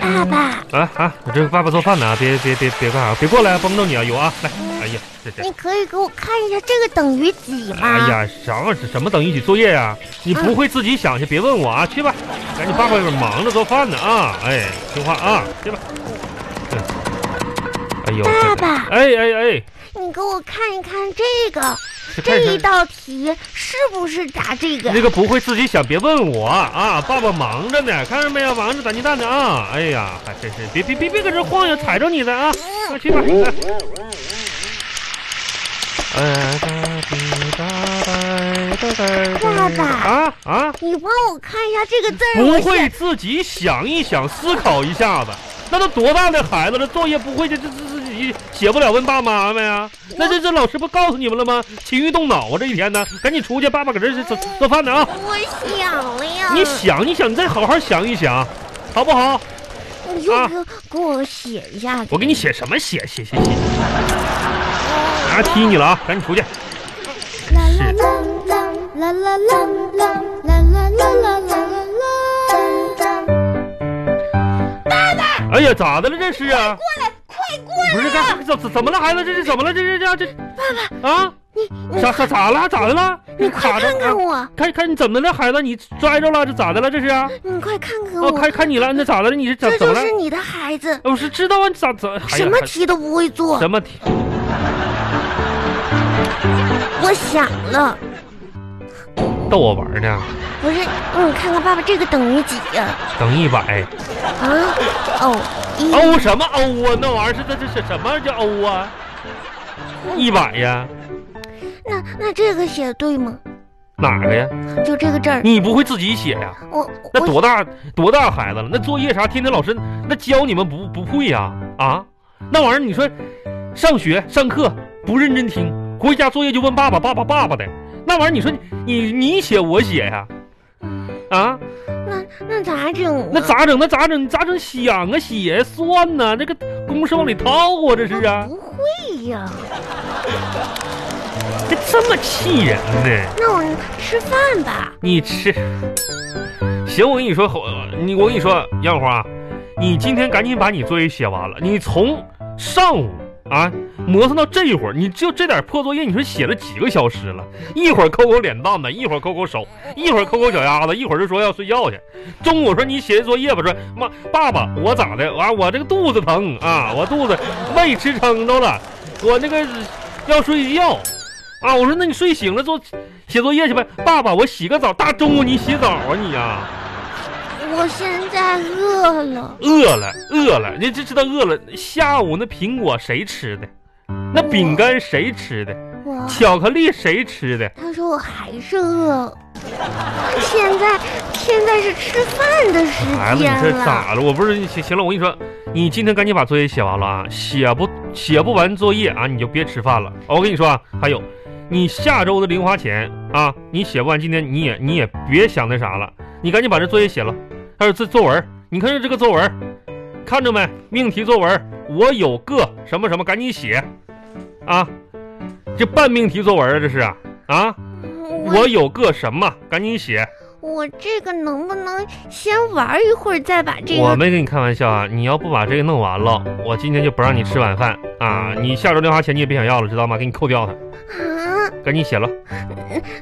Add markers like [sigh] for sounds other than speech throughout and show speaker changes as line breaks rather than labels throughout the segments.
爸爸，
啊啊！我这个爸爸做饭呢，别别别别干啥，别过来，帮不着你啊！有啊，来，哎呀，这这，
你可以给我看一下这个等于几吗？
哎呀，什么什么等于一起作业呀、啊你不会自己想去，别问我啊！去吧，赶紧，爸爸忙着做饭呢啊！哎，听话啊，去吧。嗯哎呦，
爸爸
哎哎哎，
你给我看一看这个，
这
这
太
一
神
道题是不是答这个？
那个不会自己想，别问我啊！爸爸忙着呢，看着没有，忙着打鸡蛋呢啊！哎呀，还真是，别别别别搁这晃悠，踩着你的啊！快去吧。
爸爸
啊啊！
你帮我看一下这个字儿，
不
我
会
写
自己想一想，思考一下子，那都多大的孩子了，作业不会就这这自己写不了，问爸妈呗呀？那这这老师不告诉你们了吗？勤于动脑啊，这一天呢，赶紧出去，爸爸搁这是做做饭呢啊！
我想了呀。
你想一想，你再好好想一想，好不好？
你就
啊
给我给我写一下。
我给你写什么写写写写，啊，踢你了啊！赶紧出去。
啦啦啦啦啦啦啦啦啦啦啦啦啦啦！
哎呀，咋的了这是啊？
快过
不是干怎怎怎么了孩子？这是怎么了？这这这这爸爸啊？
你
咋咋咋了？咋的了？
你快
卡着
看看我，
看看你怎么的，孩子，你摔着了，这咋的了？这是啊？
你快看看
哦，
哎我，
看看你了，那咋的了？你是咋
这
怎么
就
了
是？你的孩子，
我是知道啊，你咋咋哎呀
什么
还
题都不会做。
什么题？
我想了，
逗我玩呢？
不是，你看看爸爸这个等于几呀？
等一百
啊，哦，一
欧什么欧啊？那玩意儿是这这是什么叫欧啊？
嗯
一百呀？
那那这个写的对吗？
哪个呀？
就这个字儿，
你不会自己写呀、
我
嗯那
我
多大多大孩子了？那作业啥，天天老师那教你们不不会呀、啊？那玩意儿你说，上学上课不认真听，回家作业就问爸爸爸爸爸爸的，那玩意儿你说你你你写我写呀、啊？
那那咋整啊？
那咋整？那咋整？你咋整？想啊，写算呐，这个公式往里套啊，这是啊
我，不会呀。
这这么气人呢？
那我吃饭吧。
你吃，行，我跟你说，猴你我跟你说，杨花，你今天赶紧把你作业写完了。你从上午啊磨蹭到这一会儿，你就这点破作业，你说写了几个小时了？一会儿抠抠脸蛋子，一会儿抠抠手，一会儿抠抠脚丫子，一会儿就说要睡觉去。中午说你写作业吧，说妈爸爸我咋的？完、我这个肚子疼啊，我肚子胃吃撑着了，我那个要睡觉。啊，我说那你睡醒了做写作业去呗。爸爸，我洗个澡，大中午你洗澡啊你呀、
我现在饿了，
饿了，饿了，你这知道饿了。下午那苹果谁吃的？那饼干谁吃的？
我
巧克力谁吃的？
他说我还是饿。现在现在是吃饭的
孩子，
时
你这
间了，
咋了？我不是行行了，我跟你说，你今天赶紧把作业写完了啊！写不写不完作业啊，你就别吃饭了。我跟你说啊，还有，你下周的零花钱啊，你写不完，今天你也你也别想那啥了，你赶紧把这作业写了。还有这作文，你看这个作文，看着没？命题作文，我有个什么什么，赶紧写啊！这半命题作文啊，这是啊啊！我
我
有个什么，赶紧写。
我这个能不能先玩一会儿再把这
我
个？
没跟你开玩笑啊！你要不把这个弄完了，我今天就不让你吃晚饭啊！你下周零花钱你也别想要了，知道吗？给你扣掉它，
啊，
赶紧写了。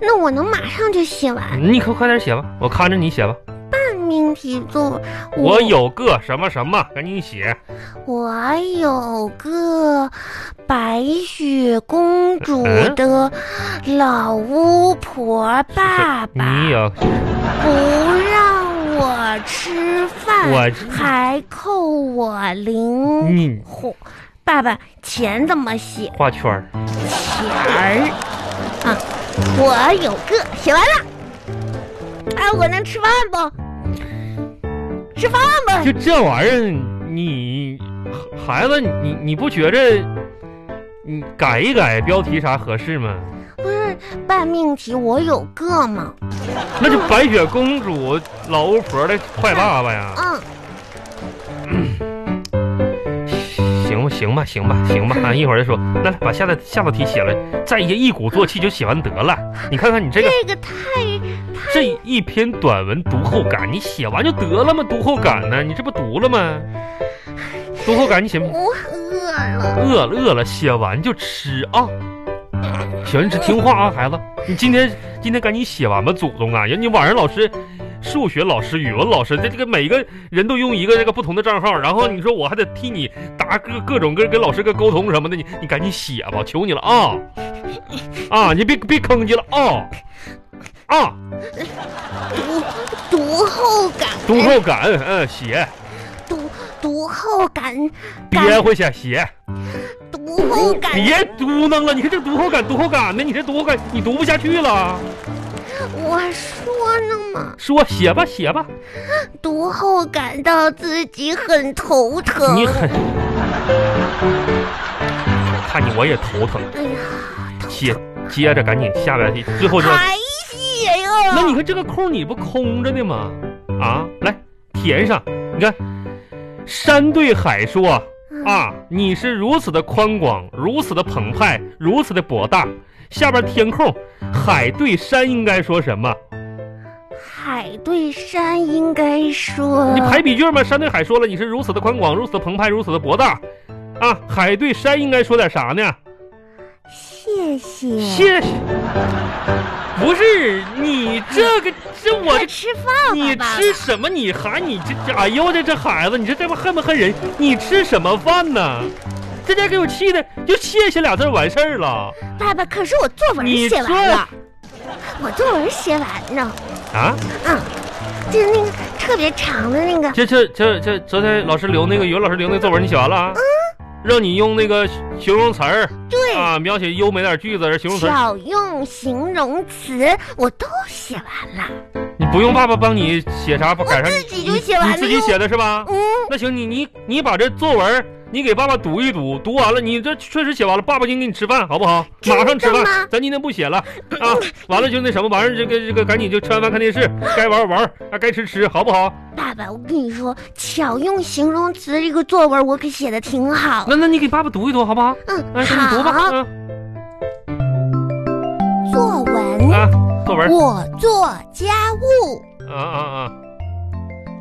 那我能马上就写完
你可快点写吧，我看着你写吧。
半命题作文。
我有个什么什么，赶紧写。
我有个白雪公主
嗯
的老巫婆爸爸
你。有
不让我吃饭，
我
还扣我零
你
花。爸爸，钱怎么写？
画圈儿，
哎钱儿啊，我有个写完了。哎，我能吃饭不？吃饭不？
就这玩意儿，你孩子，你你不觉着你改一改标题啥合适吗？
不是半命题，我有个嘛。
那就白雪公主老巫婆的坏爸爸呀！
嗯，
行吧，行吧，行吧，行吧啊！一会儿再说。那把下道下道题写了，再一一鼓作气就写完得了。你看看你这个
这个太太
这一篇短文读后感，你写完就得了吗？读后感呢？你这不读了吗？读后感你写
我饿了。
饿了饿了，写完就吃啊。行，你只听话啊，孩子，你今天今天赶紧写完吧，祖宗啊！人你晚上老师，数学老师、语文老师，这这个每个人都用一个这个不同的账号，然后你说我还得替你答各各种跟跟老师跟沟通什么的，你你赶紧写吧，求你了啊！啊，你别别吭叽了啊！啊，
读读后感，
读后感，嗯，写，
读读后感，
憋回去写，
读后感，
别嘟囔了，你看这读后感，读后感呢，你这读后感你读不下去了，
我说呢嘛，
说写吧写吧。
读后感到自己很头疼。
你很，看你我也头疼。
哎呀，头
接接着赶紧下边去，最后就
还写呀？
那你看这个空你不空着呢吗？啊，来填上。你看，山对海说啊，你是如此的宽广，如此的澎湃，如此的博大。下边填空，海对山应该说什么？
海对山应该说，
你排比句嘛，山对海说了，你是如此的宽广，如此的澎湃，如此的博大。啊，海对山应该说点啥呢？
谢谢。
谢谢。不是你这个这我
快
这
吃饭
你
吧，爸
吃什么？你喊你这这哎呦这这孩子，你这这不恨不恨人？你吃什么饭呢？这家给我气的，就谢谢俩字儿完事儿了
爸。爸爸，可是我作文
你
写
作
完了，我作文写完呢，
啊！
嗯，就是那个特别长的那个，
这这这这昨天老师留那个语文老师留那作文你写完了啊？让你用那个形容词儿
嗯对，啊
啊，描写优美点句子，形容词儿，
巧用形容词我都写完了，
你不用爸爸帮你写啥，不改啥，
我自己哦就
你
写完
你
了
自己
哟
写的是吧？
嗯，
[laughs] 那行，你你你把这作文儿你给爸爸读一读，读完了你这确实写完了，爸爸今天给你吃饭好不好？
真的
马上吃
吗
饭，咱今天不写了啊！完了就那什么，完事儿这个这个赶紧就吃完饭看电视，该玩儿玩儿，啊该吃吃，好不好？
爸爸，我跟你说，巧用形容词这个作文我可写的挺好，
那那你给爸爸读一读好不好？
嗯，
哎，给你读吧，
好，
嗯
作文，
啊，作文儿
我做家务。
啊啊啊，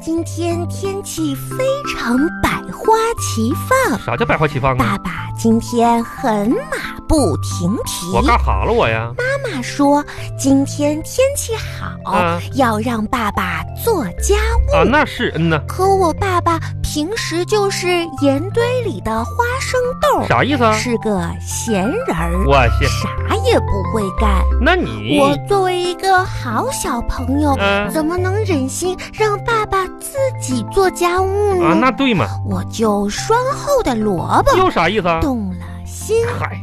今天天气非常百花齐放，
啥叫百花齐放啊？
爸爸今天很马不停蹄。
我干哈了我呀？
妈妈说今天天气好，
啊
要让爸爸做家务。
啊，那是嗯呐，
可我爸爸平时就是盐堆里的花生豆，
啥意思啊？
是个闲人儿，
我去，
啥也不会干。
那你
我作为一个好小朋友，
嗯
怎么能忍心让爸爸自己做家务呢？
啊，那对嘛？
我就拴厚的萝卜
又啥意思啊？
动了心，
嗨，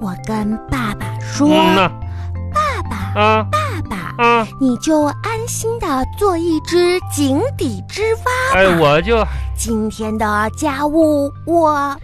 我跟爸爸说
嗯：“呐，
爸爸，
啊
爸爸，
啊。
你就安心的做一只井底之蛙，
哎，我就
今天的家务我。”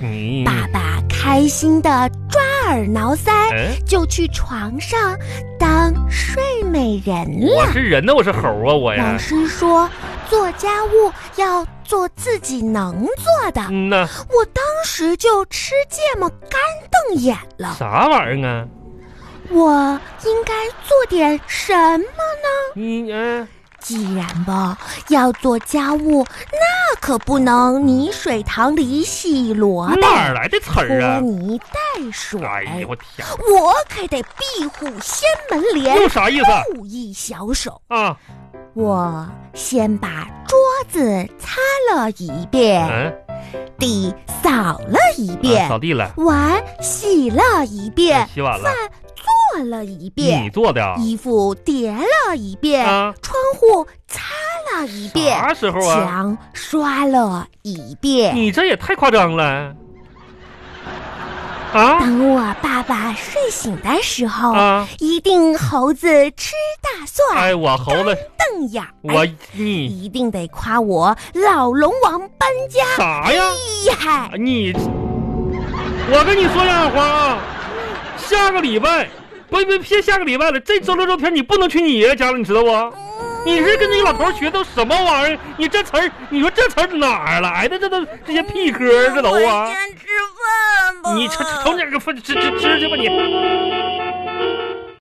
你，
爸爸开心的抓耳挠腮，
哎，
就去床上当睡美人了。
我是人呢，我是猴啊，我
老
呀，
师说，做家务要做自己能做的。
嗯呐，
我当时就吃芥末干瞪眼了。
啥玩意儿啊？
我应该做点什么？
你，嗯、
既然吧要做家务，那可不能泥水塘里洗萝卜、
哪儿来的词儿
拖
啊？
泥带水。
哎呀，我天，
我可得壁虎掀门帘，
又啥意思啊
故一小手。
啊？
我先把桌子擦了一遍，
嗯，
地扫了一
啊
遍，
扫地了，
碗洗了一遍，
洗碗了，
做了一
你
遍，
做的啊？
衣服叠了一遍，
啊，
窗户擦了一遍，
啥时候啊？
墙刷了一遍。
你这也太夸张了。啊
当我爸爸睡醒的时候，
啊！
一定猴子吃大蒜，
哎，我猴子，
瞪眼儿。哎
我你
一定得夸我老龙王搬家
啥哎呀？
厉害。
你，我跟你说杨小花啊，下个礼拜，不不，别下个礼拜了，这周六周天你不能去你爷爷家了，你知道不？
嗯
你是跟你老头儿学的什么玩意儿？你这词儿，你说这词儿哪儿来的？这都这些屁歌儿，这都
我
啊！
先吃饭吧。
你瞅瞅瞅你这个粪，吃吃吃去吧你！